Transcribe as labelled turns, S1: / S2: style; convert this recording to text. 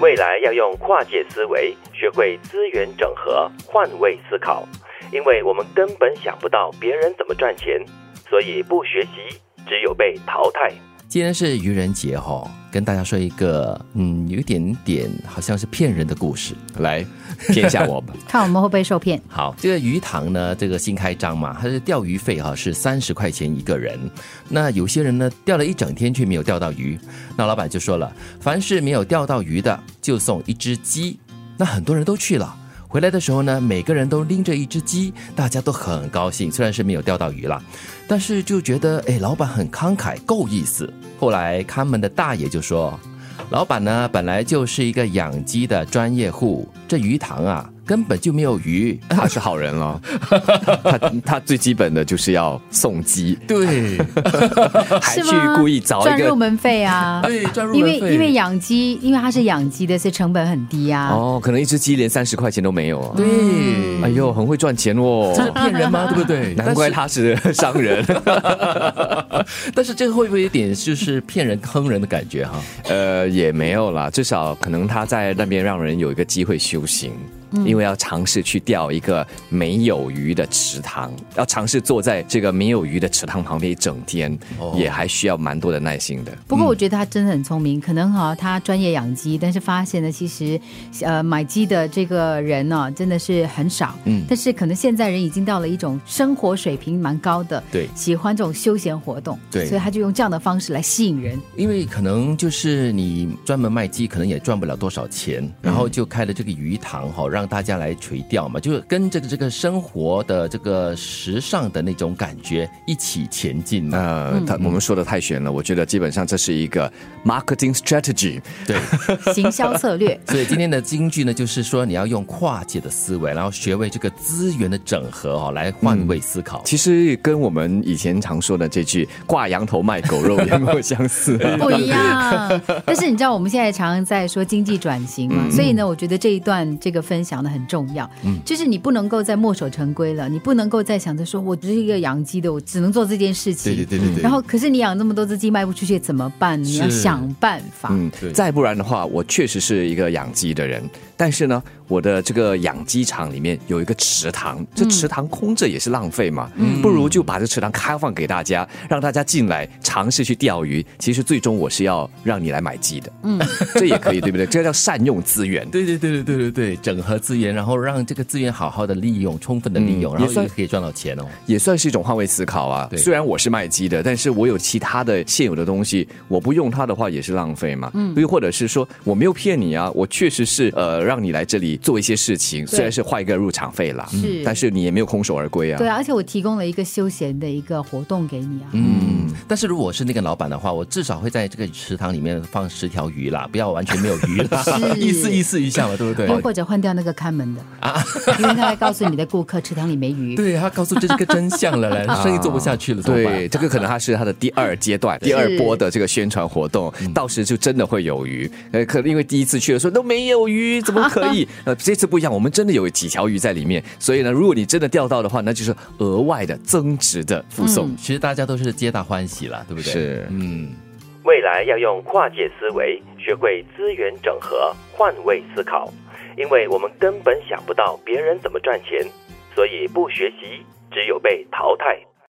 S1: 未来要用跨界思维，学会资源整合、换位思考，因为我们根本想不到别人怎么赚钱，所以不学习只有被淘汰。
S2: 今天是愚人节哈、跟大家说一个嗯，有一点点好像是骗人的故事。来
S3: 骗一下我吧。
S4: 看我们会不会受骗？
S2: 好，这个鱼塘呢，这个新开张嘛，它是钓鱼费哈、是三十块钱一个人。那有些人呢钓了一整天却没有钓到鱼，那老板就说了，凡是没有钓到鱼的就送一只鸡。那很多人都去了。回来的时候呢，每个人都拎着一只鸡，大家都很高兴。虽然是没有钓到鱼啦，但是就觉得哎，老板很慷慨，够意思。后来看门的大爷就说，老板呢本来就是一个养鸡的专业户，这鱼塘啊根本就没有鱼。啊
S3: 他是好人了， 他他最基本的就是要送鸡，
S2: 对，
S3: 还
S4: 是
S3: 去
S4: 吗
S3: 故意找
S4: 赚
S3: 一
S4: 入
S3: 个
S4: 门费啊
S2: 对，赚入
S4: 因为
S2: 门费
S4: 因为养鸡，因为它是养鸡的，所以成本很低啊。
S3: 哦，可能一只鸡连三十块钱都没有
S4: 嗯
S3: 啊。
S2: 对，
S3: 哎呦，很会赚 钱哦，
S2: 这是骗人吗？对不对？
S3: 难怪他是商人。
S2: 但是这个会不会有点就是骗人坑人的感觉哈？
S3: 呃，也没有啦，至少可能他在那边让人有一个机会修行，
S4: 嗯
S3: 因为要尝试去钓一个没有鱼的池塘，要尝试坐在这个没有鱼的池塘旁边一整天，
S2: 哦
S3: 也还需要蛮多的耐心的。
S4: 不过我觉得他真的很聪明，可能哈、他专业养鸡，但是发现呢，其实呃买鸡的这个人呢、真的是很少。
S2: 嗯
S4: 但是可能现在人已经到了一种生活水平蛮高的，
S2: 对
S4: 喜欢这种休闲活动，
S2: 对
S4: 所以他就用这样的方式来吸引人。
S2: 因为可能就是你专门卖鸡，可能也赚不了多少钱，然后就开了这个鱼塘哈、让大家来垂钓嘛，就是跟这个这个生活的这个时尚的那种感觉一起前进嘛。
S4: 嗯
S3: 呃，他我们说的太玄了，我觉得基本上这是一个 marketing strategy。
S2: 对，
S4: 行销策略
S2: 所以今天的金句呢，就是说你要用跨界的思维，然后学会这个资源的整合哦，来换位思考。
S3: 其实跟我们以前常说的这句“挂羊头卖狗肉”有没有 相似？啊
S4: 不一样，但是你知道我们现在常常在说经济转型
S2: 嗯
S4: 嘛，所以呢，我觉得这一段这个分享的很重要，就是你不能够再墨守成规了，你不能够再想着说我只是一个养鸡的，我只能做这件事情，
S2: 对对
S4: 然后，可是你养这么多只鸡卖不出去怎么办？你要
S2: 是
S4: 想办法。
S3: 嗯
S2: 对，
S3: 再不然的话，我确实是一个养鸡的人，但是呢，我的这个养鸡场里面有一个池塘，
S4: 嗯
S3: 这池塘空着也是浪费嘛，不如就把这池塘开放给大家，让大家进来尝试去钓鱼。其实最终我是要让你来买鸡的，嗯， 这也可以，对不对？这叫善用资源。
S2: 对对对对对对对，整合资源，然后让这个资源好好的利用，充分的利用，
S3: 嗯
S2: 然
S3: 也
S2: 后
S3: 算
S2: 也可以赚到钱哦。
S3: 也算是一种换位思考啊。
S2: 对
S3: 虽然我是卖鸡的，但是我有其他的现有的东西，我不用它的话也是浪费嘛。嗯，又或者是说我没有骗你啊，我确实是呃让你来这里做一些事情，虽然是花一个入场费啦，嗯
S4: 是
S3: 但是你也没有空手而归啊。
S4: 对啊，而且我提供了一个休闲的一个活动给你啊。
S2: 嗯，但是如果我是那个老板的话，我至少会在这个池塘里面放十条鱼啦，不要完全没有鱼啦，
S4: 是
S2: 意思意思一下嘛，对不
S4: 又
S2: 对？啊
S4: 或者换掉那个看门的，因为他来告诉你的顾客池塘里没 鱼。
S2: 对，他告诉这是个真相了，来，生意做不下去了，怎么办
S3: 对，？这个可能它是它的第二阶段、第二波的这个宣传活动，到时就真的会有鱼。呃，可能因为第一次去的时候都没有鱼，怎么可以？呃，这次不一样，我们真的有几条鱼在里面，所以呢，如果你真的钓到的话，那就是额外的增值的附送。
S2: 其实大家都是皆大欢喜啦，对不对？
S3: 是
S2: 嗯，
S1: 未来要用跨界思维，学会资源整合、换位思考，因为我们根本想不到别人怎么赚钱，所以不学习只有被淘汰。